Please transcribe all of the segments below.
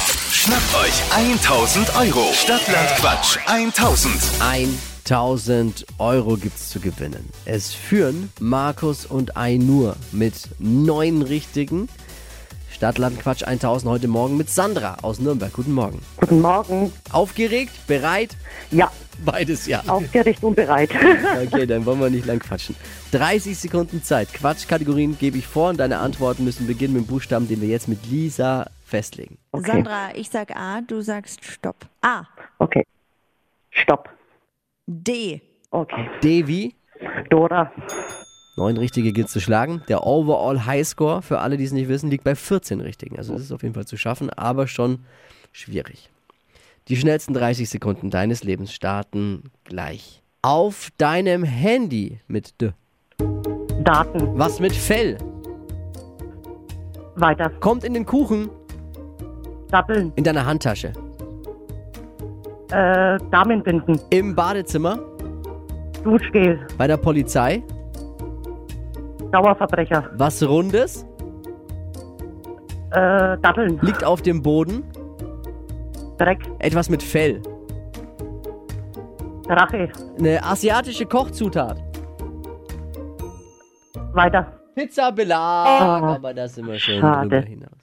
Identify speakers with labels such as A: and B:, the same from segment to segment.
A: Schnappt euch 1000 Euro. Stadtland Quatsch 1000.
B: 1000 Euro gibt's zu gewinnen. Es führen Markus und Ainur mit neun richtigen. Stadtlandquatsch 1000 heute Morgen mit Sandra aus Nürnberg. Guten Morgen.
C: Guten Morgen.
B: Aufgeregt? Bereit?
C: Ja,
B: Beides ja.
C: aufgeregt und bereit.
B: Okay, dann wollen wir nicht lang quatschen. 30 Sekunden Zeit. Quatschkategorien gebe ich vor und deine Antworten müssen beginnen mit dem Buchstaben, den wir jetzt mit Lisa festlegen.
D: Sandra, ich sag A, du sagst Stopp. A.
C: Okay. Stopp.
D: D.
C: Okay.
B: Devi,
C: Dora.
B: neun richtige gilt zu schlagen. Der Overall Highscore, für alle, die es nicht wissen, liegt bei 14 richtigen. Also es ist auf jeden Fall zu schaffen, aber schon schwierig. Die schnellsten 30 Sekunden deines Lebens starten gleich. Auf deinem Handy mit D.
C: Daten.
B: Was mit Fell?
C: Weiter.
B: Kommt in den Kuchen
C: Dappeln.
B: in deiner Handtasche.
C: Äh, Damenbinden.
B: Im Badezimmer,
C: Duschgel.
B: bei der Polizei,
C: Dauerverbrecher.
B: was Rundes,
C: Äh, Datteln.
B: liegt auf dem Boden,
C: Dreck.
B: etwas mit Fell.
C: Drache.
B: Eine asiatische Kochzutat.
C: Weiter.
B: Pizza Belag.
C: Oh.
B: Aber das immer schön
C: Schade.
B: drüber hinaus.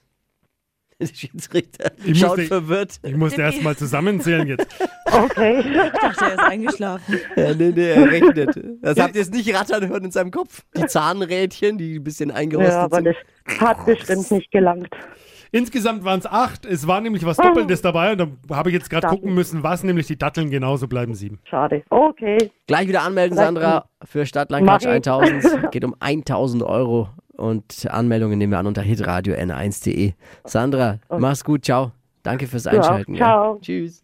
B: Der Schiedsrichter
E: muss
B: schaut
E: nicht-
B: verwirrt.
E: Ich musste erst mal zusammenzählen jetzt.
C: Okay.
D: Ich dachte, er ist eingeschlafen.
B: Ja, nee, nee, er rechnet. Das habt ihr jetzt nicht rattern hören in seinem Kopf. Die Zahnrädchen, die ein bisschen eingerostet
C: ja, aber
B: sind.
C: das hat bestimmt nicht gelangt.
E: Insgesamt waren es acht. Es war nämlich was Doppeltes dabei und da habe ich jetzt gerade
C: Datteln.
E: gucken müssen, was nämlich die Datteln genauso bleiben sieben.
C: Schade. Okay.
B: Gleich wieder anmelden,
C: Gleich-
B: Sandra, für Stadtlandquatsch
C: Mach ich.
B: 1000. Geht um 1000 Euro. Und Anmeldungen nehmen wir an unter hitradio n1.de. Sandra, mach's gut, ciao. Danke fürs
C: auch.
B: Einschalten. ja.
C: Ciao.
B: Tschüss.